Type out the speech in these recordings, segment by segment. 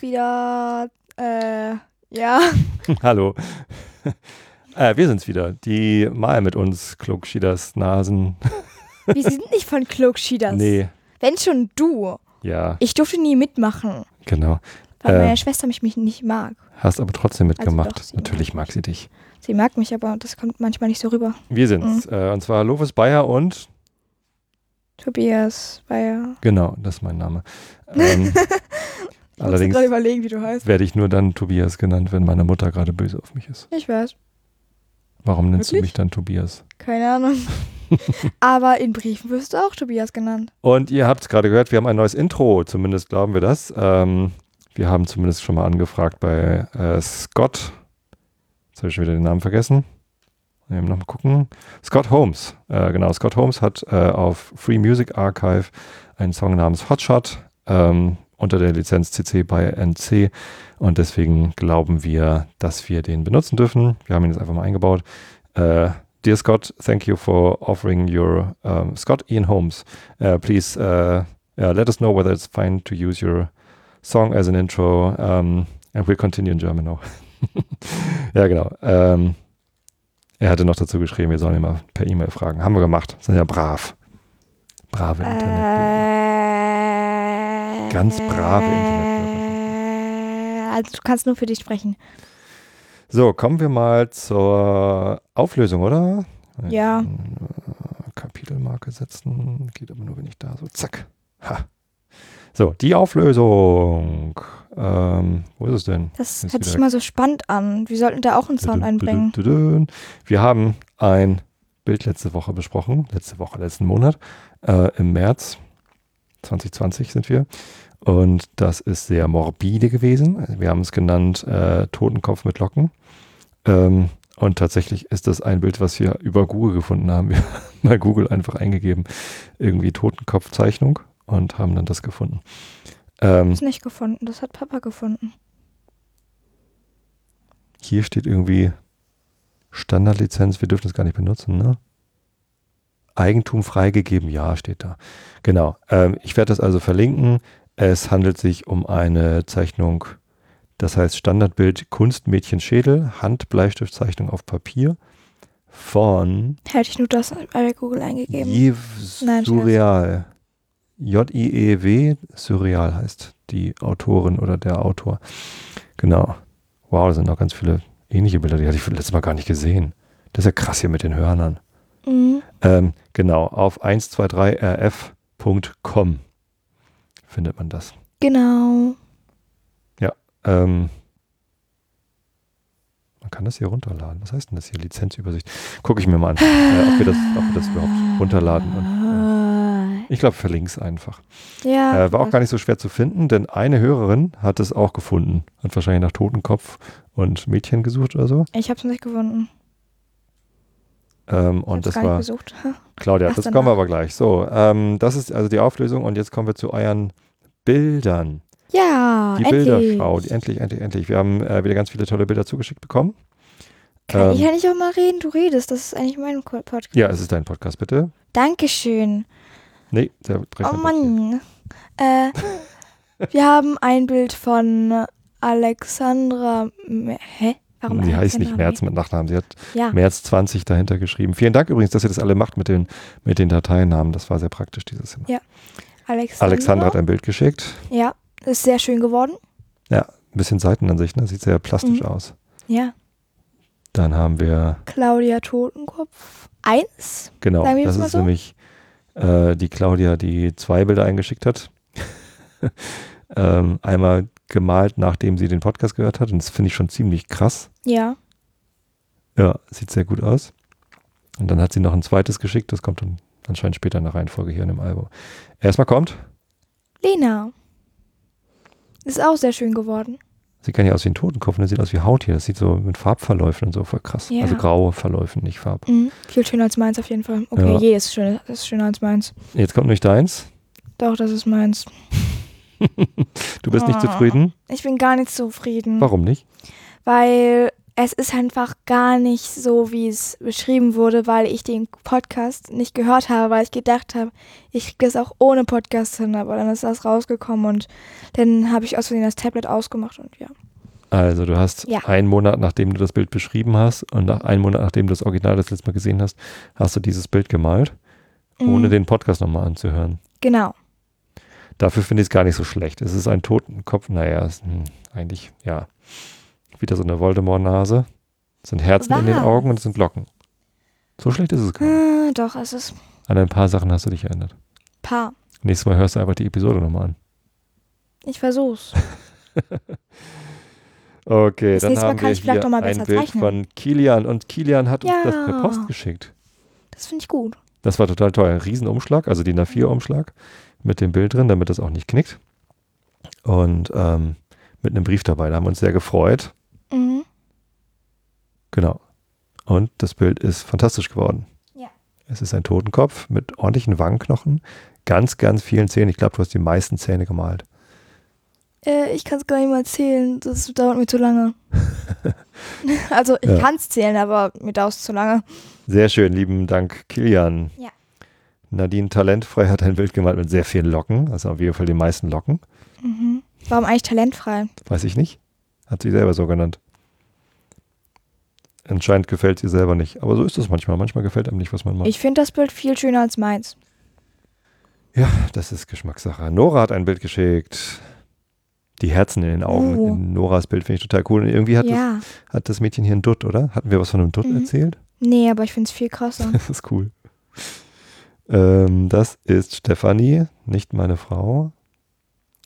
wieder. Äh, ja. Hallo. äh, wir sind's wieder, die mal mit uns Klugschieders Nasen. Wir sind nicht von Klugschieders. Nee, Wenn schon du. ja, Ich durfte nie mitmachen, genau. weil Äh. meine Schwester mich, mich nicht mag. Hast aber trotzdem mitgemacht. Also doch, sie Natürlich mag sie dich. Sie mag mich, aber das kommt manchmal nicht so rüber. Wir sind's. Mhm. Äh, und zwar Lovis Bayer und Tobias, weil. genau, das ist mein Name. Ich Ähm, muss allerdings gerade überlegen, wie du heißt. werde ich nur dann Tobias genannt, wenn meine Mutter gerade böse auf mich ist. Ich weiß. Warum nennst du Wirklich? mich dann Tobias? Keine Ahnung. aber in Briefen wirst du auch Tobias genannt. Und ihr habt es gerade gehört, wir haben ein neues Intro, zumindest glauben wir das. Ähm, wir haben zumindest schon mal angefragt bei äh, Scott. Jetzt habe ich schon wieder den Namen vergessen. Ähm, Nochmal gucken. Scott Holmes. Äh, genau, Scott Holmes hat äh, auf Free Music Archive einen Song namens Hotshot ähm, unter der Lizenz CC by NC. Und deswegen glauben wir, dass wir den benutzen dürfen. Wir haben ihn jetzt einfach mal eingebaut. Äh, Dear Scott, thank you for offering your ähm, Scott Ian Holmes. Uh, please uh, yeah, let us know whether it's fine to use your song as an intro. Um, and we'll continue in German now. ja, genau. Ähm, er hatte noch dazu geschrieben, wir sollen ihn mal per E-Mail fragen. Haben wir gemacht. Sind ja brav. Brave Internet. Äh, Ganz brave Internetbürger. Also du kannst nur für dich sprechen. So, kommen wir mal zur Auflösung, oder? Äh, Ja. Kapitelmarke setzen. Geht aber nur, wenn ich da so, zack. Ha. So, die Auflösung. Ähm, wo ist es denn? Das Ist hört sich wieder- mal so spannend an. Wir sollten da auch einen Sound Hm. einbringen. Wir haben ein Bild letzte Woche besprochen, letzte Woche, letzten Monat, äh, im März 2020 sind wir. Und das ist sehr morbide gewesen. Wir haben es genannt äh, Totenkopf mit Locken. Ähm, und tatsächlich ist das ein Bild, was wir über Google gefunden haben. Wir haben bei Google einfach eingegeben, irgendwie Totenkopfzeichnung und haben dann das gefunden. Ähm, Das nicht gefunden, das hat Papa gefunden. Hier steht irgendwie Standardlizenz, wir dürfen das gar nicht benutzen, ne? Eigentum freigegeben, ja, steht da. Genau. Ähm, ich werde das also verlinken. Es handelt sich um eine Zeichnung, das heißt Standardbild Kunstmädchen Schädel, Handbleistiftzeichnung auf Papier von Hätte ich nur das bei Google eingegeben. Jew Nein, Scherz. Surreal. J-I-E-W, Surreal heißt die Autorin oder der Autor. Genau. Wow, da sind noch ganz viele ähnliche Bilder, die hatte ich letztes Mal gar nicht gesehen. Das ist ja krass hier mit den Hörnern. Mhm. Ähm, genau, auf 123rf.com findet man das. Genau. Ähm, man kann das hier runterladen. Was heißt denn das hier? Lizenzübersicht. Gucke ich mir mal an, äh, ob, wir das, ob wir das überhaupt runterladen. Und, äh, ich glaube, verlinke es einfach. Ah, Ja. Äh, war auch gar nicht so schwer zu finden, denn eine Hörerin hat es auch gefunden. Hat wahrscheinlich nach Totenkopf und Mädchen gesucht oder so. ich hab's nicht gefunden. Ähm, Ich und hab's das gar nicht war gesucht. Claudia. Ach, Das danach. kommen wir aber gleich. So, ähm, das ist also die Auflösung und jetzt kommen wir zu euren Bildern. Ja, Die Oh, endlich. Bilderschau. Die- Endlich, endlich, endlich. Wir haben äh, wieder ganz viele tolle Bilder zugeschickt bekommen. Kann ich Ähm, ja nicht auch mal reden, du redest. Das ist eigentlich mein Ko- Podcast. ja, es ist dein Podcast, bitte. Dankeschön. Nee, der Rechner Oh Mann. Äh, wir haben ein Bild von Alexandra. M- Hä? Warum Sie heißt nicht Alexandra März mit Nachnamen. Sie hat M- Ja. März 20 dahinter geschrieben. Vielen Dank übrigens, dass ihr das alle macht mit den, mit den Dateinamen. Das war sehr praktisch dieses Jahr. Alexandra. Alexandra hat ein Bild geschickt. Ja. Ist sehr schön geworden. Ein bisschen Seitenansicht, ne? Sieht sehr plastisch Mhm. aus. Ja. Dann haben wir, Claudia Totenkopf. Eins. genau, Sagen wir das jetzt mal ist so? nämlich äh, die Claudia, die zwei Bilder eingeschickt hat. ähm, einmal gemalt, nachdem sie den Podcast gehört hat. Und das finde ich schon ziemlich krass. Ja. Ja, sieht sehr gut aus. Und dann hat sie noch ein zweites geschickt. Das kommt dann anscheinend später in der Reihenfolge hier in dem Album. Erstmal kommt, Lena. Ist auch sehr schön geworden. sieht gar nicht aus wie ein Totenkopf, das sieht aus wie Haut hier. Das sieht so mit Farbverläufen und so voll krass. Ja. Also graue Verläufen, nicht Farb. Mhm. Viel schöner als meins auf jeden Fall. Okay, Ja. jedes schön, ist schöner als meins. Jetzt kommt nämlich deins. Doch, das ist meins. Du bist nicht Ah. zufrieden. Ich bin gar nicht zufrieden. Warum nicht? Weil es ist einfach gar nicht so, wie es beschrieben wurde, weil ich den Podcast nicht gehört habe, weil ich gedacht habe, ich kriege das auch ohne Podcast hin, aber dann ist das rausgekommen und dann habe ich aus Versehen das Tablet ausgemacht und ja. Also du hast Ja. einen Monat, nachdem du das Bild beschrieben hast und nach einem Monat, nachdem du das Original das letzte Mal gesehen hast, hast du dieses Bild gemalt, ohne Mhm, den Podcast nochmal anzuhören. Genau. Dafür finde ich es gar nicht so schlecht. Es ist ein Totenkopf, naja, es, hm, eigentlich, ja. Wieder so eine Voldemort-Nase. Es sind Herzen in den Wow. Augen und es sind Locken. So schlecht ist es gar nicht. Ah, doch, es ist An ein paar Sachen hast du dich erinnert. Paar. Nächstes Mal hörst du einfach die Episode nochmal an. Ich versuch's. Okay, Das dann nächste Mal haben kann wir ich vielleicht hier noch mal ein besser Bild zeichnen. von Kilian und Kilian hat uns das per Ja. Post geschickt. Das finde ich gut. Das war total toll. Ein Riesenumschlag, also DIN A4-Umschlag mit dem Bild drin, damit das auch nicht knickt. Und ähm, mit einem Brief dabei. Da haben wir uns sehr gefreut. Mhm. Genau. Und das Bild ist fantastisch geworden. Ja. Es ist ein Totenkopf mit ordentlichen Wangenknochen, ganz, ganz vielen Zähnen. Ich glaube, du hast die meisten Zähne gemalt. Äh, ich kann es gar nicht mal zählen, das dauert mir zu lange. also ich Ja. kann's kann es zählen, aber mir dauert es zu lange. Sehr schön, lieben Dank, Kilian. Ja. Nadine Talentfrei hat ein Bild gemalt mit sehr vielen Locken, also auf jeden Fall die meisten Locken. Mhm. Warum eigentlich talentfrei? Weiß ich nicht. Hat sie selber so genannt. Anscheinend gefällt sie selber nicht. Aber so ist es manchmal. Manchmal gefällt einem nicht, was man macht. Ich finde das Bild viel schöner als meins. ja, das ist Geschmackssache. Nora hat ein Bild geschickt. Die Herzen in den Augen. Oh. In Noras Bild finde ich total cool. Und irgendwie hat, ja. das, hat das Mädchen hier einen Dutt, oder? Hatten wir was von einem Dutt Mhm. erzählt? Nee, aber ich finde es viel krasser. Das ist cool. Ähm, das ist Stefanie, nicht meine Frau.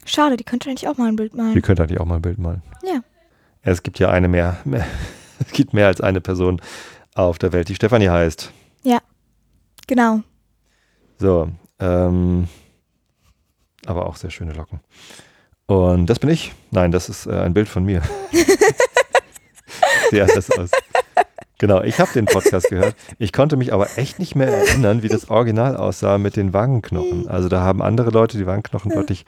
Schade, die könnte eigentlich auch mal ein Bild Die malen. könnte eigentlich auch mal ein Bild malen. Mhm. Ja. Es gibt ja eine mehr. mehr es gibt mehr als eine Person auf der Welt, die Stefanie heißt. Genau. So, ähm, aber auch sehr schöne Locken. Und das bin ich. Nein, das ist äh, ein Bild von mir. Sieht anders aus. Genau, ich habe den Podcast gehört. Ich konnte mich aber echt nicht mehr erinnern, wie das Original aussah mit den Wangenknochen. Also da haben andere Leute die Wangenknochen deutlich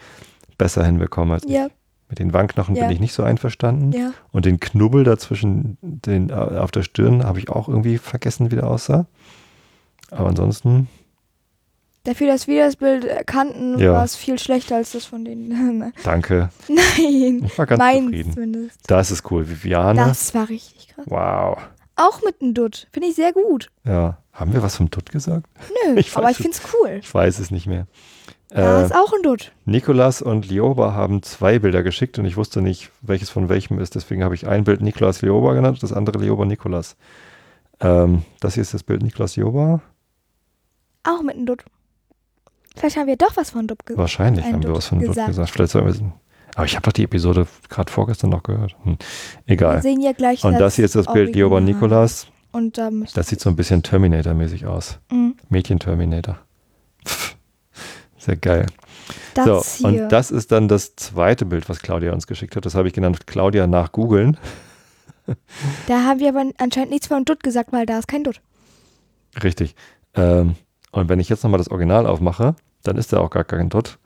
besser hinbekommen als ich. Ja, Mit den Wangenknochen Ja. bin ich nicht so einverstanden. ja. Und den Knubbel dazwischen den, äh, auf der Stirn habe ich auch irgendwie vergessen, wie der aussah. Aber ansonsten Dafür, dass wir das Bild erkannten, Ja. war es viel schlechter als das von denen. danke. Nein. Ich war ganz meins zufrieden. zumindest. Das ist cool. Viviane. Das war richtig krass. Wow. Auch mit einem Dutt. Finde ich sehr gut. Ja. Haben wir was vom Dutt gesagt? Nö, Ich aber weiß ich finde es cool. Ich weiß es nicht mehr. Da Äh, ist auch ein Dutt. Nikolas und Lioba haben zwei Bilder geschickt und ich wusste nicht, welches von welchem ist. Deswegen habe ich ein Bild Nikolas Lioba genannt, das andere Lioba Nikolas. Ähm, das hier ist das Bild Nikolas Lioba. Auch mit einem Dutt. Vielleicht haben wir doch was von Dutt gesagt. Wahrscheinlich Ein haben wir Dutt was von Dutt gesagt. gesagt. Vielleicht sollen wir es- aber ich habe doch die Episode gerade vorgestern noch gehört. Hm. Wir Egal. sehen ja gleich Und das hier ist das Bild Lioba Original. Nikolas. Und da müssen Das sieht so ein bisschen Terminator-mäßig aus. Mhm. Mädchen-Terminator. Pff, Sehr geil. das so, hier. und das ist dann das zweite Bild, was Claudia uns geschickt hat. Das habe ich genannt Claudia nach googeln. da haben wir aber anscheinend nichts von Dutt gesagt, weil da ist kein Dutt. Richtig. Ähm, und wenn ich jetzt nochmal das Original aufmache, dann ist da auch gar kein Dutt.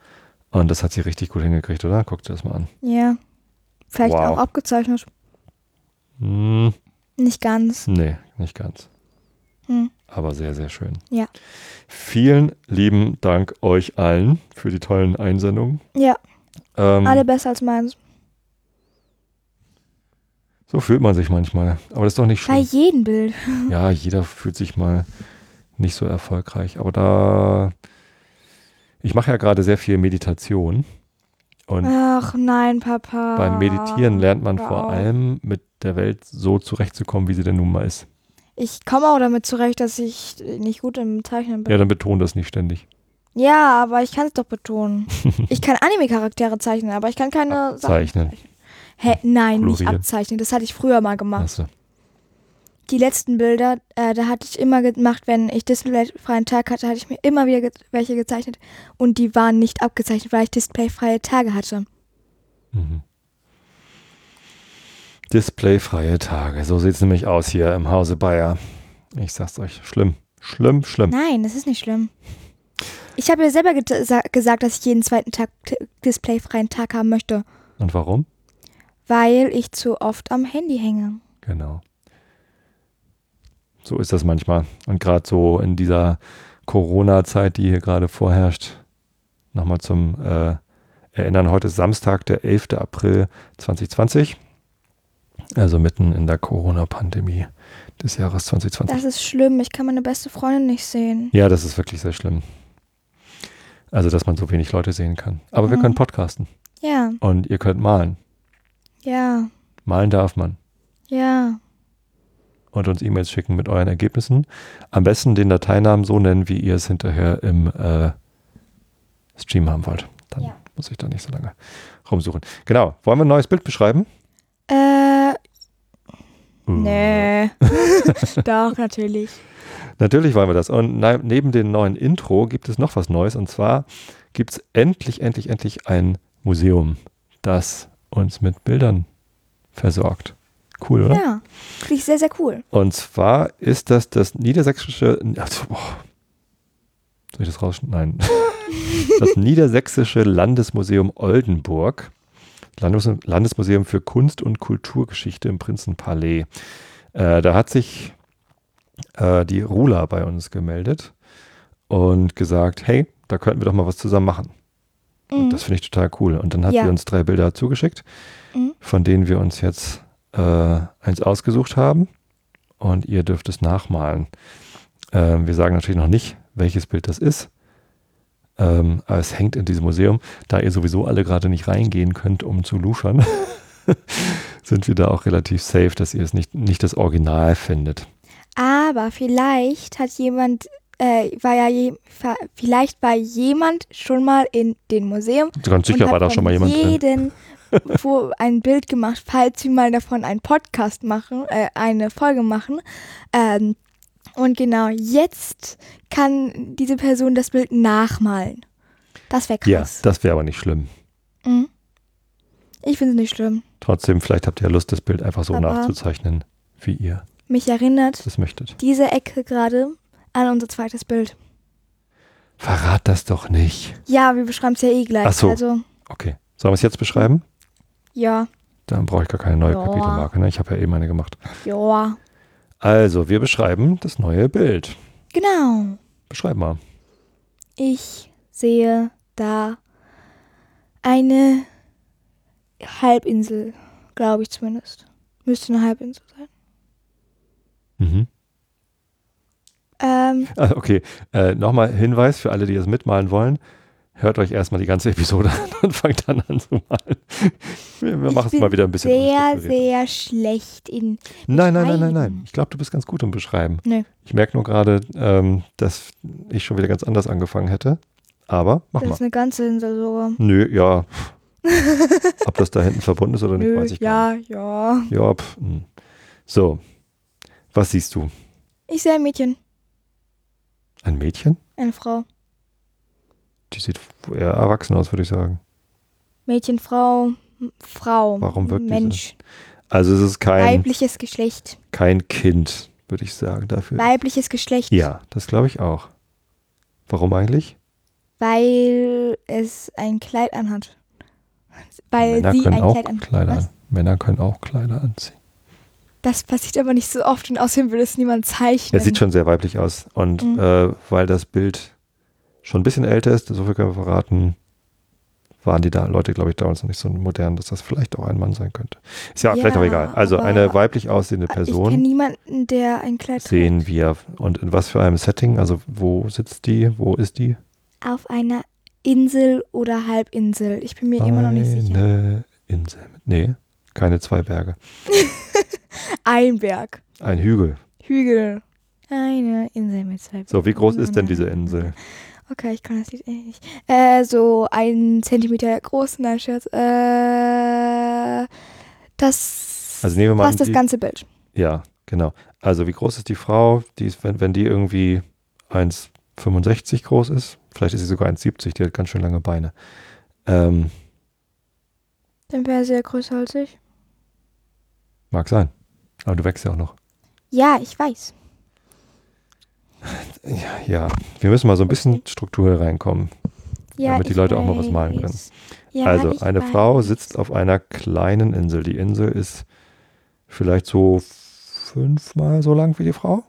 Und das hat sie richtig gut hingekriegt, oder? Guck dir das mal an. Ja. Vielleicht Wow. auch abgezeichnet. Hm, Nicht ganz. nee, nicht ganz. Hm. Aber sehr, sehr schön. Ja. Vielen lieben Dank euch allen für die tollen Einsendungen. Ja, Ähm, alle besser als meins. so fühlt man sich manchmal. Aber das ist doch nicht schlimm. Bei jedem Bild. Ja, jeder fühlt sich mal nicht so erfolgreich. Aber da, ich mache ja gerade sehr viel Meditation. Und Ach nein, Papa. beim Meditieren lernt man hör vor auf. allem mit der Welt so zurechtzukommen, wie sie denn nun mal ist. Ich komme auch damit zurecht, dass ich nicht gut im Zeichnen bin. Ja, dann betone das nicht ständig. Ja, aber ich kann es doch betonen. ich kann Anime-Charaktere zeichnen, aber ich kann keine Sachen. Zeichnen. Hä, nein, nicht Kolorieren. abzeichnen. Das hatte ich früher mal gemacht. Achso. Die letzten Bilder, äh, da hatte ich immer gemacht, wenn ich displayfreien Tag hatte, hatte ich mir immer wieder ge welche gezeichnet. Und die waren nicht abgezeichnet, weil ich displayfreie Tage hatte. Mhm. Displayfreie Tage. So sieht es nämlich aus hier im Hause Bayer. Ich sag's euch. Schlimm. Schlimm, schlimm. Nein, das ist nicht schlimm. Ich habe ja selber gesa gesagt, dass ich jeden zweiten Tag t- displayfreien Tag haben möchte, Und warum? weil ich zu oft am Handy hänge. Genau. So ist das manchmal. Und gerade so in dieser Corona-Zeit, die hier gerade vorherrscht, nochmal zum äh, Erinnern. Heute ist Samstag, der 11. April 2020. Also mitten in der Corona-Pandemie des Jahres 2020. Das ist schlimm. Ich kann meine beste Freundin nicht sehen. Ja, das ist wirklich sehr schlimm. Also, dass man so wenig Leute sehen kann. Aber wir Mhm. können podcasten. Ja, Und ihr könnt malen. ja, Malen darf man. ja. Und uns E-Mails schicken mit euren Ergebnissen. Am besten den Dateinamen so nennen, wie ihr es hinterher im äh, Stream haben wollt. Dann Ja. muss ich da nicht so lange rumsuchen. Genau. Wollen wir ein neues Bild beschreiben? Äh, Uh. nee. Doch, natürlich. Natürlich wollen wir das. Und ne- neben dem neuen Intro gibt es noch was Neues. Und zwar gibt es endlich, endlich, endlich ein Museum, das uns mit Bildern versorgt. Cool, oder? Ja, finde ich sehr, sehr cool. Und zwar ist das das niedersächsische. Also, boah. Soll ich das rausschneiden? Nein. das niedersächsische Landesmuseum Oldenburg. Landes Landesmuseum für Kunst und Kulturgeschichte im Prinzenpalais. Äh, da hat sich äh, die Rula bei uns gemeldet und gesagt: Hey, da könnten wir doch mal was zusammen machen. Und Mhm. das finde ich total cool. Und dann hat Ja. sie uns drei Bilder zugeschickt, Mhm. von denen wir uns jetzt äh, eins ausgesucht haben. Und ihr dürft es nachmalen. Ähm, wir sagen natürlich noch nicht, welches Bild das ist. Ähm, aber es hängt in diesem Museum. Da ihr sowieso alle gerade nicht reingehen könnt, um zu luschern, sind wir da auch relativ safe, dass ihr es nicht, nicht das Original findet. Aber vielleicht hat jemand, äh, war ja, je, ver- vielleicht war jemand schon mal in dem Museum. Ganz und sicher hat war da von schon mal jemand drin. jeden wo ein Bild gemacht, falls wir mal davon einen Podcast machen, äh, eine Folge machen. Ähm, und genau jetzt kann diese Person das Bild nachmalen. Das wäre Ja, krass. das wäre aber nicht schlimm. Mhm. Ich finde es nicht schlimm. Trotzdem, vielleicht habt ihr Lust, das Bild einfach so Aber- nachzuzeichnen, wie ihr Mich erinnert das möchtet. diese Ecke gerade an unser zweites Bild. Verrat das doch nicht. Ja, wir beschreiben es ja eh gleich. Ach so. Also, Okay. Sollen wir es jetzt beschreiben? ja. Dann brauche ich gar keine neue Ja. Kapitelmarke. Ne? Ich habe ja eben eine gemacht. Ja. Also, wir beschreiben das neue Bild. Genau. Beschreib mal. Ich sehe da eine Halbinsel, glaube ich zumindest. Müsste eine Halbinsel sein. Mhm. Ähm, Ah, okay. Äh, Nochmal Hinweis für alle, die das mitmalen wollen. Hört euch erstmal die ganze Episode an und fangt dann an zu malen. Wir, wir Ich machen es bin mal wieder ein bisschen. sehr, unstrukturiert. sehr schlecht in. nein, nein, nein, nein, nein. beschreiben. Ich glaube, du bist ganz gut im Beschreiben. Nee. Ich merke nur gerade, ähm, dass ich schon wieder ganz anders angefangen hätte. Aber mach Das mal. ist eine ganze Insel sogar. Nö, ja. Ob das da hinten verbunden ist oder nicht, Nö, weiß ich gar ja, ja. nicht. Ja, pf, hm. So, was siehst du? Ich sehe ein Mädchen, Ein Mädchen? eine Frau. Die sieht eher erwachsen aus, würde ich sagen. Mädchen, Frau, M- Frau. Warum wirkt diese- Mensch. Also es ist kein, Weibliches Geschlecht. kein Kind, würde ich sagen, dafür. Weibliches Geschlecht. Ja, das glaube ich auch. Warum eigentlich? Weil es ein Kleid anhat. Weil Männer sie können ein auch Kleid anhat. Kleider Was? an. Männer können auch Kleider anziehen. Das passiert aber nicht so oft und außerdem will es niemand zeichnen. Es sieht schon sehr weiblich aus. Und Ähm. Mhm. äh, weil das Bild schon ein bisschen älter ist, so viel können wir verraten, waren die da Leute, glaube ich, damals noch nicht so modern, dass das vielleicht auch ein Mann sein könnte. Ist ja, Ja, vielleicht auch egal. Also aber eine weiblich aussehende Ich kenne Person niemanden, der ein Kleid sehen wir. Und in was für einem Setting? Also wo sitzt die? Wo ist die? trägt. Auf einer Insel oder Halbinsel. Ich bin mir immer noch nicht sicher. Eine Insel. Nee, keine zwei Berge. Ein Berg. Ein Hügel. Hügel. Eine Insel mit zwei Bergen. So, wie groß ist denn diese Insel? Okay, ich kann das Lied eh nicht. Äh, so ein Zentimeter groß. Nein, Scherz. Äh, das Also nehmen wir mal passt das die- ganze Bild. Ja, genau. Also wie groß ist die Frau? Die ist, wenn, wenn die irgendwie 1,65 groß ist, vielleicht ist sie sogar 1,70, die hat ganz schön lange Beine. Ähm, Dann wäre sie ja größer als ich. mag sein. Aber du wächst ja auch noch. Ja, ich weiß. Ja, wir müssen mal so ein bisschen Struktur hier reinkommen. Ja, Damit die ich Leute auch mal was malen weiß. können. Ja, also ich eine weiß. Frau sitzt auf einer kleinen Insel. Die Insel ist vielleicht so fünfmal so lang wie die Frau.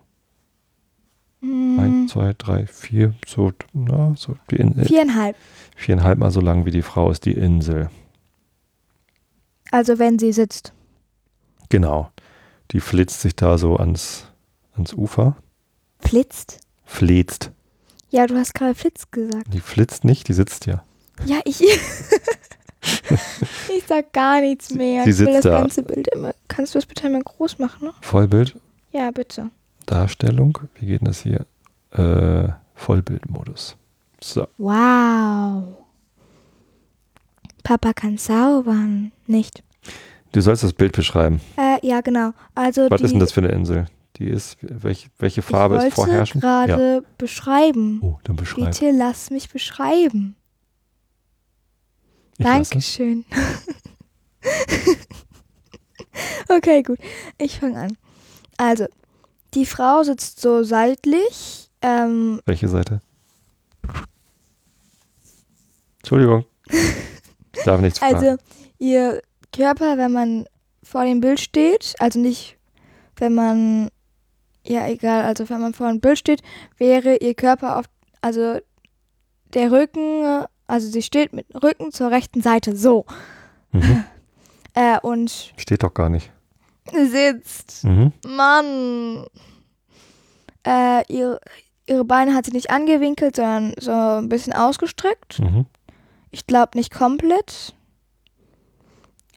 Mm, Eins, zwei, drei, vier, so, na, so die Insel. viereinhalb. Viereinhalb Mal so lang wie die Frau ist die Insel. Also wenn sie sitzt. Genau. Die flitzt sich da so ans, ans Ufer. Flitzt? Flitzt. Ja, du hast gerade Flitz gesagt. Die flitzt nicht, die sitzt ja. Ja, ich. ich sag gar nichts mehr. sie ich will sitzt das da. ganze Bild immer. Kannst du das bitte einmal groß machen? Ne? Vollbild, Ja, bitte. Darstellung. Wie geht denn das hier? Äh, Vollbildmodus. So. Wow. Papa kann zaubern. Nicht. Du sollst das Bild beschreiben. Äh, ja, genau. Also Was die, ist denn das für eine Insel? Die ist, welche, welche Farbe ich ist wollte vorherrschend? Ja. gerade beschreiben. Oh, dann beschreib. Bitte lass mich beschreiben. Ich lasse es. Dankeschön. okay, gut. Ich fange an. Also, die Frau sitzt so seitlich. Ähm, Welche Seite? Entschuldigung. Ich darf nichts fragen. also, ihr Körper, wenn man vor dem Bild steht, also nicht, wenn man, ja, egal, also wenn man vor dem Bild steht, wäre ihr Körper auf, also der Rücken, also sie steht mit dem Rücken zur rechten Seite, so. mhm. Äh, und Steht doch gar nicht. sitzt. Mhm. Mann. Äh, ihre, ihre Beine hat sie nicht angewinkelt, sondern so ein bisschen ausgestreckt. Mhm. Ich glaube nicht komplett.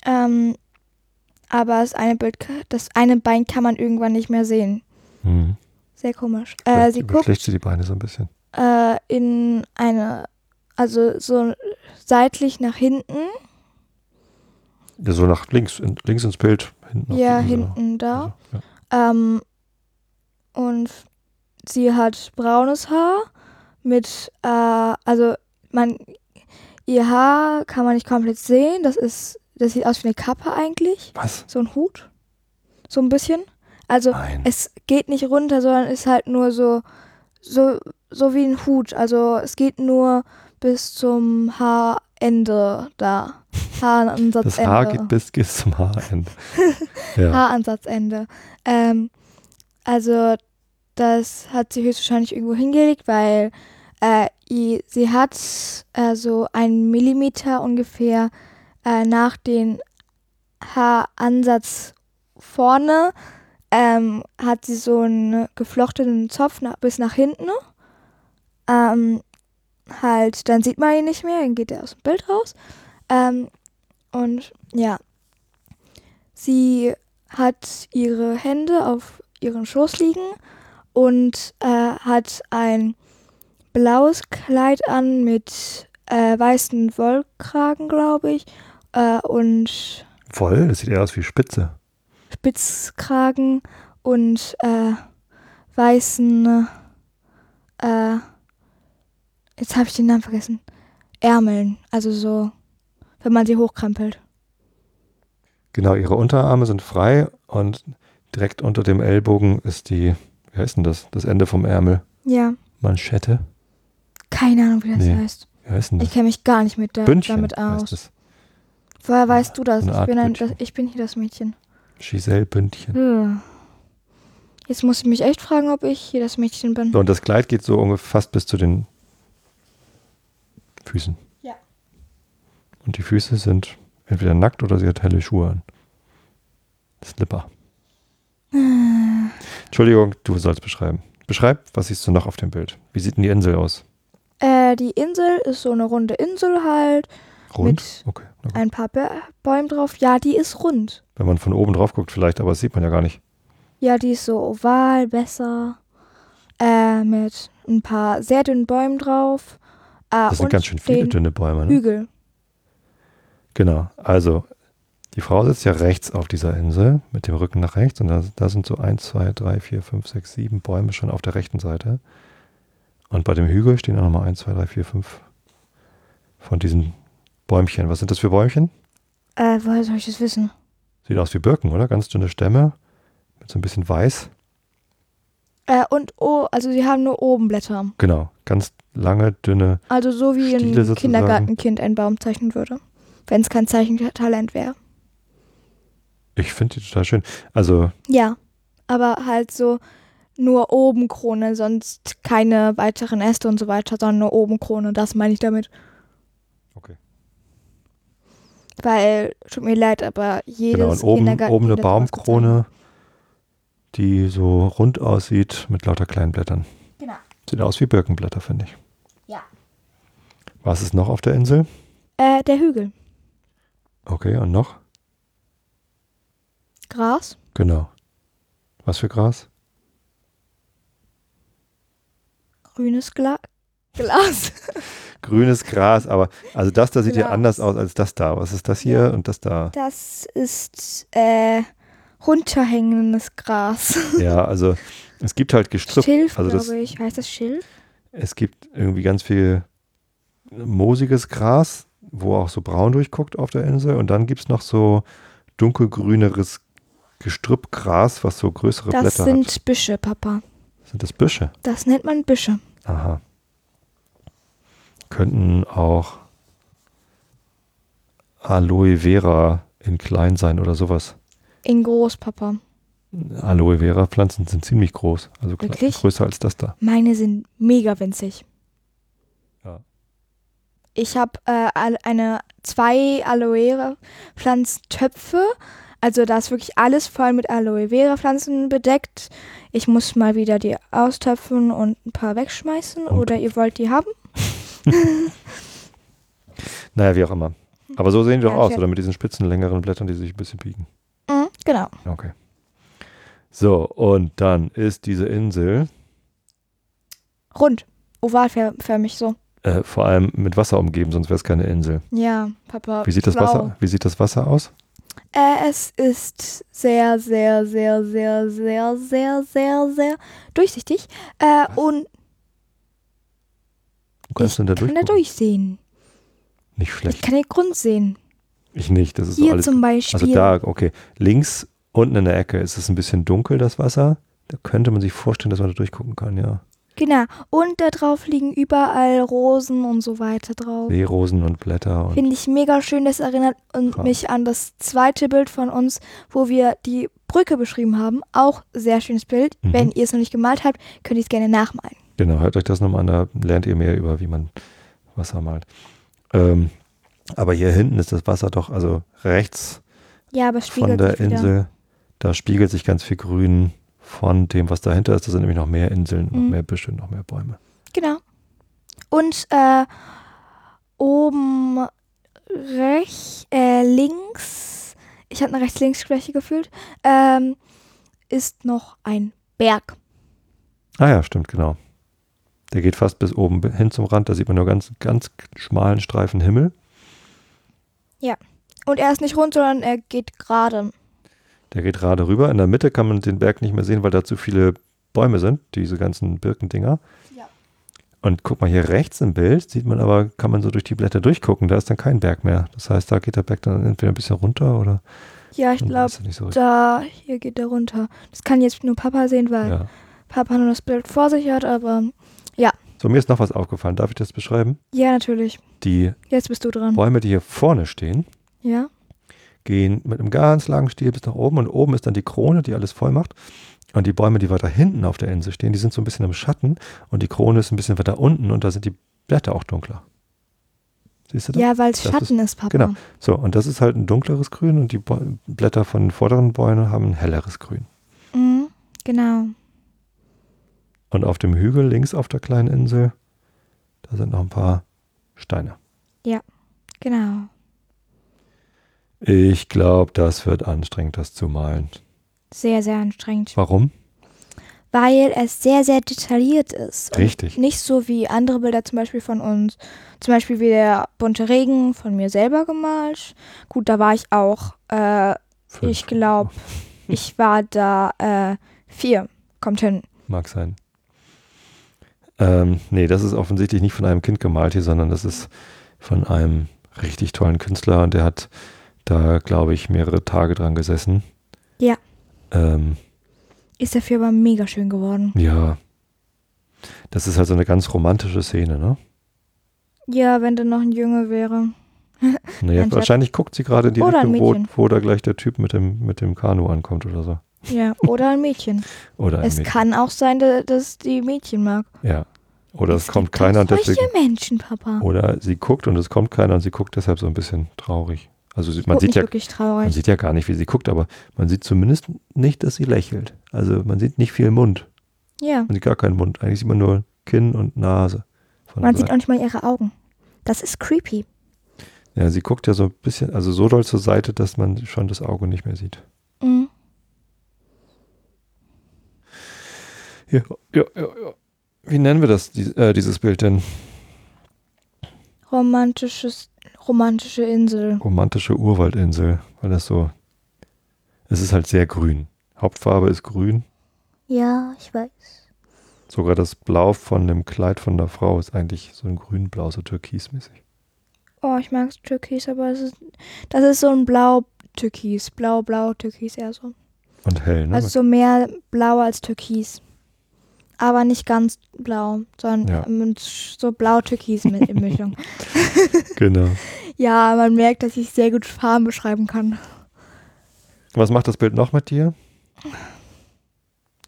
Ähm, aber das eine, Bild, ka- das eine Bein kann man irgendwann nicht mehr sehen. Mhm. Sehr komisch. Äh, sie guckt Schlecht sie die Beine so ein bisschen. äh, in eine, also so seitlich nach hinten. Ja, so nach links, in, links ins Bild. Hinten auf ja, die Insel. hinten da. Also, ja. Ähm, und sie hat braunes Haar mit, äh, also man, ihr Haar kann man nicht komplett sehen. Das ist, das sieht aus wie eine Kappe eigentlich, Was? so ein Hut, so ein bisschen. Also Nein. es geht nicht runter, sondern ist halt nur so, so, so wie ein Hut. Also es geht nur bis zum Haarende da. Haaransatzende. Das Haar geht bis, bis zum Haarende. ja. Haaransatzende. Ähm, also das hat sie höchstwahrscheinlich irgendwo hingelegt, weil äh, i- sie hat äh, so einen Millimeter ungefähr äh, nach den Haaransatz vorne ähm, hat sie so einen geflochtenen Zopf nach, bis nach hinten. Ähm, halt, dann sieht man ihn nicht mehr, dann geht er aus dem Bild raus. Ähm, und ja, sie hat ihre Hände auf ihren Schoß liegen und äh, hat ein blaues Kleid an mit äh, weißen Wollkragen, glaube ich, äh, und Voll, das sieht eher aus wie Spitze. Spitzkragen und äh, weißen, äh, jetzt habe ich den Namen vergessen, Ärmeln. Also so, wenn man sie hochkrempelt. Genau, ihre Unterarme sind frei und direkt unter dem Ellbogen ist die, wie heißt denn das? Das Ende vom Ärmel. Ja, Manschette? keine Ahnung, wie das Nee. heißt. Wie heißt denn das? Ich kenne mich gar nicht mit da, Bündchen damit heißt aus. es. Woher weißt du das? So eine Ich bin, Art ein, Bündchen. das, ich bin hier das Mädchen. Giselle Bündchen. Hm. Jetzt muss ich mich echt fragen, ob ich hier das Mädchen bin. So, und das Kleid geht so ungefähr fast bis zu den Füßen. Ja. Und die Füße sind entweder nackt oder sie hat helle Schuhe an. Slipper. Äh, Entschuldigung, du sollst beschreiben. Beschreib, was siehst du noch auf dem Bild? Wie sieht denn die Insel aus? Äh, die Insel ist so eine runde Insel halt, Rund? Mit- Okay. na gut. ein paar Bä- Bäume drauf. Ja, die ist rund. Wenn man von oben drauf guckt, vielleicht, aber das sieht man ja gar nicht. Ja, die ist so oval, besser. Äh, mit ein paar sehr dünnen Bäumen drauf. Äh, Das sind und ganz schön viele den dünne Bäume. Ne? Hügel. Genau. Also, die Frau sitzt ja rechts auf dieser Insel mit dem Rücken nach rechts und da, da sind so 1, 2, 3, 4, 5, 6, 7 Bäume schon auf der rechten Seite. Und bei dem Hügel stehen auch nochmal 1, 2, 3, 4, 5 von diesen Bäumchen. Was sind das für Bäumchen? Äh, woher soll ich das wissen? Sieht aus wie Birken, oder? Ganz dünne Stämme mit so ein bisschen weiß. Äh, und oh, also sie haben nur oben Blätter. Genau. Ganz lange, dünne. Also so wie Stiele ein sozusagen. Kindergartenkind einen Baum zeichnen würde. Wenn es kein Zeichentalent wäre. Ich finde die total schön. Also, Ja. Aber halt so nur oben Krone, sonst keine weiteren Äste und so weiter, sondern nur oben Krone. Das meine ich damit. Okay. Weil, tut mir leid, aber Genau, jedes und oben, jeder Ga- oben eine jeder Baum ist gezeichnet. Baumkrone, die so rund aussieht mit lauter kleinen Blättern. Genau. Sieht aus wie Birkenblätter, finde ich. Ja. Was ist noch auf der Insel? Äh, der Hügel. Okay, und noch? Gras. Genau. Was für Gras? Grünes Gla Glas. Grünes Gras, aber also das da sieht ja Gras. anders aus als das da. Was ist das hier und das da? Das ist äh, runterhängendes Gras. Ja, also es gibt halt gestrüpp. Schilf, also das, glaube ich. Heißt das Schilf? es gibt irgendwie ganz viel moosiges Gras, wo auch so braun durchguckt auf der Insel. Und dann gibt es noch so dunkelgrüneres Gestrüppgras, was so größere Das Blätter sind hat. Büsche, Papa. Sind das Büsche? Das nennt man Büsche. Aha. Könnten auch Aloe Vera in klein sein oder sowas. In groß, Papa. Aloe Vera Pflanzen sind ziemlich groß, also kle- Wirklich? größer als das da. Meine sind mega winzig. Ja. Ich habe äh, al- eine zwei Aloe Vera Pflanzentöpfe. Also da ist wirklich alles voll mit Aloe Vera Pflanzen bedeckt. Ich muss mal wieder die austöpfen und ein paar wegschmeißen. Und- Oder ihr wollt die haben? Naja, wie auch immer. Aber so sehen die doch Ja, aus, ich- oder mit diesen spitzen, längeren Blättern, die sich ein bisschen biegen. Mhm, genau. Okay. So, und dann ist diese Insel Rund. Ovalförmig so. äh, vor allem mit Wasser umgeben, sonst wäre es keine Insel. Ja, Papa. Wie sieht das schlau. Wasser? Wie sieht das Wasser aus? Äh, es ist sehr, sehr, sehr, sehr, sehr, sehr, sehr, sehr durchsichtig. Äh, Was? und Du kannst denn da kann da durchgucken? durchsehen. Nicht schlecht. Ich kann den Grund sehen. Ich nicht, das ist so Hier alles zum Beispiel. Also da, okay. Links unten in der Ecke ist es ein bisschen dunkel, das Wasser. Da könnte man sich vorstellen, dass man da durchgucken kann, ja. Genau. Und da drauf liegen überall Rosen und so weiter drauf. Seerosen und Blätter und Finde ich mega schön. Das erinnert und Krass. mich an das zweite Bild von uns, wo wir die Brücke beschrieben haben. Auch sehr schönes Bild. Mhm. Wenn ihr es noch nicht gemalt habt, könnt ihr es gerne nachmalen. genau, hört euch das nochmal an, da lernt ihr mehr über, wie man Wasser malt. Ähm, aber hier hinten ist das Wasser doch, also rechts Ja, aber es von spiegelt der sich wieder. Insel, da spiegelt sich ganz viel Grün von dem, was dahinter ist. Da sind nämlich noch mehr Inseln, noch Mhm. mehr Büsche, noch mehr Bäume. Genau. Und äh, oben rechts, äh, links, ich hatte eine rechts-links-Schwäche gefühlt, ähm, ist noch ein Berg. Ah ja, stimmt, genau. Der geht fast bis oben hin zum Rand, da sieht man nur ganz, ganz schmalen Streifen Himmel. Und er ist nicht rund, sondern er geht gerade. Der geht gerade rüber. In der Mitte kann man den Berg nicht mehr sehen, weil da zu viele Bäume sind, diese ganzen Birkendinger. Ja. Und guck mal, hier rechts im Bild sieht man aber, kann man so durch die Blätter durchgucken, da ist dann kein Berg mehr. Das heißt, da geht der Berg dann entweder ein bisschen runter oder Ja, ich man glaube, weiß es nicht so richtig. da, hier geht er runter. Das kann jetzt nur Papa sehen, weil Ja. Papa nur das Bild vor sich hat, aber So, mir ist noch was aufgefallen. Darf ich das beschreiben? ja, natürlich. Die Jetzt bist du dran. Bäume, die hier vorne stehen, Ja? gehen mit einem ganz langen Stiel bis nach oben und oben ist dann die Krone, die alles voll macht. Und die Bäume, die weiter hinten auf der Insel stehen, die sind so ein bisschen im Schatten und die Krone ist ein bisschen weiter unten und da sind die Blätter auch dunkler. Siehst du das? Ja, weil es das Schatten ist, Papa. genau. So, und das ist halt ein dunkleres Grün und die Bä- Blätter von den vorderen Bäumen haben ein helleres Grün. Mhm, genau. Und auf dem Hügel links auf der kleinen Insel, da sind noch ein paar Steine. Genau. Ich glaube, das wird anstrengend, das zu malen. Sehr, sehr anstrengend. Warum? weil es sehr, sehr detailliert ist. Und Richtig. nicht so wie andere Bilder zum Beispiel von uns. Zum Beispiel wie der bunte Regen von mir selber gemalt. Gut, da war ich auch, äh, ich glaube, ich war da äh, vier. Kommt hin. Mag sein. Ähm, nee, das ist offensichtlich nicht von einem Kind gemalt hier, sondern das ist von einem richtig tollen Künstler und der hat da, glaube ich, mehrere Tage dran gesessen. Ja. Ähm, Ist dafür aber mega schön geworden. ja. Das ist halt so eine ganz romantische Szene, ne? Ja, wenn da noch ein Junge wäre. Naja, Ein Schatz. wahrscheinlich guckt sie gerade in die Oder ein Richtung, wo, Mädchen. wo da gleich der Typ mit dem, mit dem Kanu ankommt oder so. Ja, oder ein Mädchen. Oder ein es Mädchen. kann auch sein, da- dass die Mädchen mag. Ja. Oder es, kommt gibt keiner auch und deswegen. solche Menschen, Papa. Oder sie guckt und es kommt keiner und sie guckt deshalb so ein bisschen traurig. Also sie, man Guck sieht mich ja, wirklich man traurig. sieht ja gar nicht, wie sie guckt, aber man sieht zumindest nicht, dass sie lächelt. Also man sieht nicht viel Mund. Ja. Man sieht gar keinen Mund. Eigentlich sieht man nur Kinn und Nase. von Man der sieht Seite. auch nicht mal ihre Augen. Das ist creepy. ja, sie guckt ja so ein bisschen, also so doll zur Seite, dass man schon das Auge nicht mehr sieht. Mhm. Ja, ja, ja, ja. Wie nennen wir das, die, äh, dieses Bild denn? Romantisches, romantische Insel. Romantische Urwaldinsel, weil das so. Es ist halt sehr grün. Hauptfarbe ist grün. Ja, ich weiß. Sogar das Blau von dem Kleid von der Frau ist eigentlich so ein grünblau, so türkismäßig. Oh, ich mag Türkis, aber es ist, das ist so ein Blau-Türkis. Blau-Blau-Türkis eher so. Und hell, ne? Also so mehr blau als Türkis. Aber nicht ganz blau, Ja. sondern ähm, so blau-türkis mit in Mischung. genau. ja, man merkt, dass ich sehr gut Farben beschreiben kann. Was macht das Bild noch mit dir?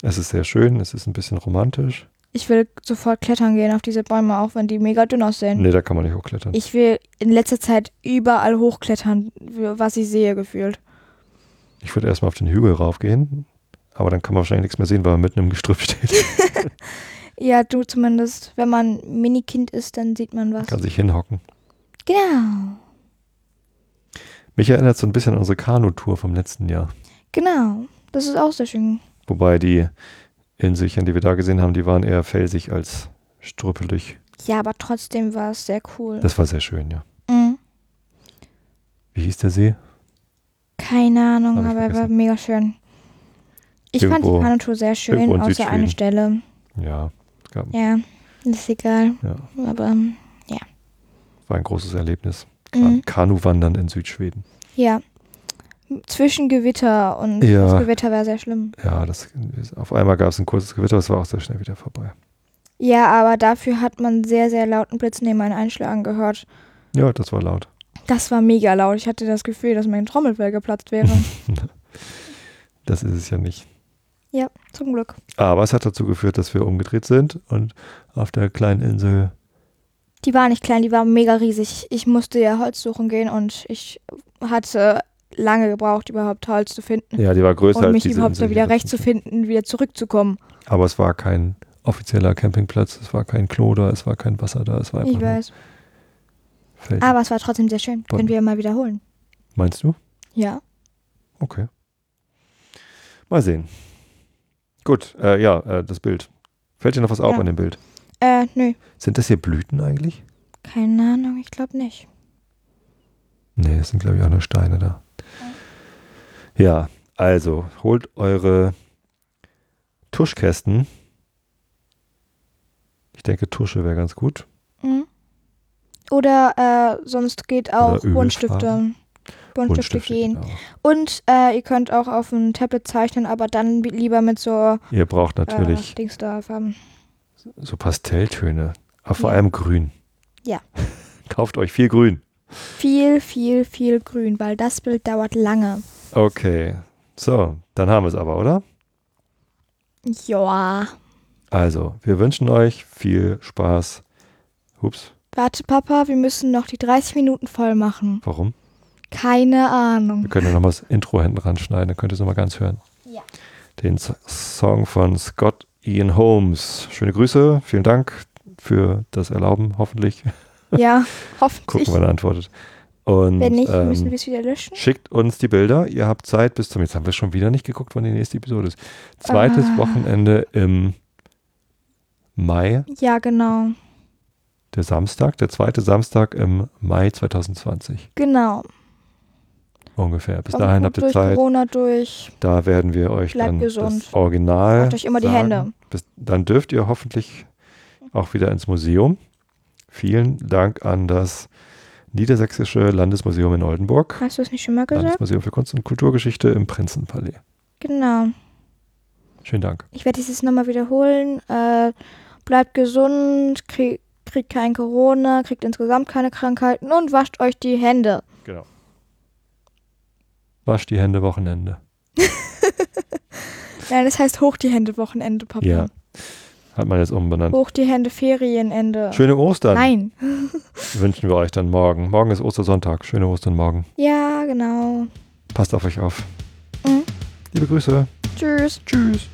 Es ist sehr schön, es ist ein bisschen romantisch. Ich will sofort klettern gehen auf diese Bäume, auch wenn die mega dünn aussehen. Nee, da kann man nicht hochklettern. Ich will in letzter Zeit überall hochklettern, was ich sehe, gefühlt. Ich würde erstmal auf den Hügel raufgehen, aber dann kann man wahrscheinlich nichts mehr sehen, weil man mitten im Gestrüpp steht. Ja, du zumindest. Wenn man Minikind ist, dann sieht man was. kann sich hinhocken. Genau, Mich erinnert so ein bisschen an unsere Kanutour vom letzten Jahr. genau. Das ist auch sehr schön. Wobei die Inselchen, die wir da gesehen haben, die waren eher felsig als strüppelig. Ja, aber trotzdem war es sehr cool. Das war sehr schön, ja. Mhm. Wie hieß der See? Keine Ahnung, Hab ich aber er war vergessen. mega schön. Ich fand Irgendwo- die Kanutour sehr schön, irgendwo in außer eine Südschweden. Stelle. Ja, es gab, Ja, ist egal. ja, Aber ähm, war ein großes Erlebnis. Mhm. Kanuwandern in Südschweden. ja. Zwischen Gewitter und Ja. das Gewitter war sehr schlimm. Ja, das, auf einmal gab es ein kurzes Gewitter, das war auch sehr schnell wieder vorbei. Ja, aber dafür hat man sehr, sehr lauten Blitz neben meinen Einschlägen gehört. Ja, das war laut. Das war mega laut. Ich hatte das Gefühl, dass mein Trommelfell geplatzt wäre. Das ist es ja nicht. ja, zum Glück. Aber es hat dazu geführt, dass wir umgedreht sind und auf der kleinen Insel. Die war nicht klein, die war mega riesig. Ich musste ja Holz suchen gehen und ich hatte lange gebraucht, überhaupt Holz zu finden. Ja, die war größer und als mich halt diese überhaupt Insel da wieder hier recht zu finden, wieder zurückzukommen. dazwischen. Aber es war kein offizieller Campingplatz, es war kein Klo da, es war kein Wasser da, es war einfach Ich weiß. nur Feld. Aber es war trotzdem sehr schön. Bonn. Können wir mal wiederholen. Meinst du? Ja. Okay. Mal sehen. Gut, äh, ja, äh, das Bild. Fällt dir noch was auf Ja. an dem Bild? Äh, nö. Sind das hier Blüten eigentlich? Keine Ahnung, ich glaube nicht. Nee, es sind, glaube ich, auch nur Steine da. Ja, also holt eure Tuschkästen. Ich denke, Tusche wäre ganz gut. Mhm. Oder äh, sonst geht auch Oder Öl Buntstifte. fragen. Buntstifte gehen. geht auch. Und äh, ihr könnt auch auf dem Tablet zeichnen, aber dann bi- lieber mit so Ihr braucht äh, natürlich Dings da Farben. so Pastelltöne, aber vor Äh. Ja. allem grün. Ja. Kauft euch viel grün. Viel, viel, viel grün, weil das Bild dauert lange. Okay, so, dann haben wir es aber, oder? Joa. Also, wir wünschen euch viel Spaß. Ups, Warte, Papa, wir müssen noch die 30 Minuten voll machen. warum? Keine Ahnung. Wir können ja nochmal das Intro hinten ranschneiden, dann könnt ihr es nochmal ganz hören. Ja. Den S- Song von Scott Ian Holmes. Schöne Grüße, vielen Dank für das Erlauben, hoffentlich. Ja, hoffentlich. Gucken, wann er antwortet. Und Wenn nicht, ähm, müssen wir es wieder löschen. schickt uns die Bilder. Ihr habt Zeit bis zum, jetzt haben wir schon wieder nicht geguckt, wann die nächste Episode ist. Zweites Ah. Wochenende im Mai, Ja, genau. der Samstag, der zweite Samstag im Mai 2020 Genau. ungefähr. Bis Kommt dahin gut habt ihr durch Zeit. Corona durch. Da werden wir euch Bleibt dann gesund. das Original. Macht euch immer die sagen. Hände. Bis, dann dürft ihr hoffentlich auch wieder ins Museum. Vielen Dank an das Niedersächsische Landesmuseum in Oldenburg. Hast du es nicht schon mal gesagt? Landesmuseum für Kunst und Kulturgeschichte im Prinzenpalais. Genau. Schönen Dank. Ich werde dieses nochmal wiederholen. Äh, bleibt gesund, krieg, kriegt kein Corona, kriegt insgesamt keine Krankheiten und wascht euch die Hände. Wasch die Hände Wochenende. Nein, das heißt hoch die Hände Wochenende, Papa. Ja. Hat man jetzt umbenannt. Hoch die Hände Ferienende. Schöne Ostern Oh. Nein. wünschen wir euch dann morgen. Morgen ist Ostersonntag. Schöne Ostern morgen. Ja, genau. Passt auf euch auf. Mhm. Liebe Grüße. Tschüss. Tschüss.